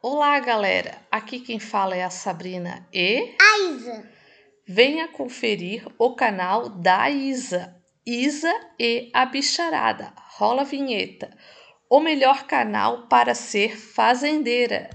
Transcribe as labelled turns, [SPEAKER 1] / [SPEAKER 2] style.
[SPEAKER 1] Olá, galera! Aqui quem fala é a Sabrina e
[SPEAKER 2] A Isa.
[SPEAKER 1] venha conferir o canal da Isa, Isa e a Bicharada. Rola a vinheta. O melhor canal para ser fazendeira.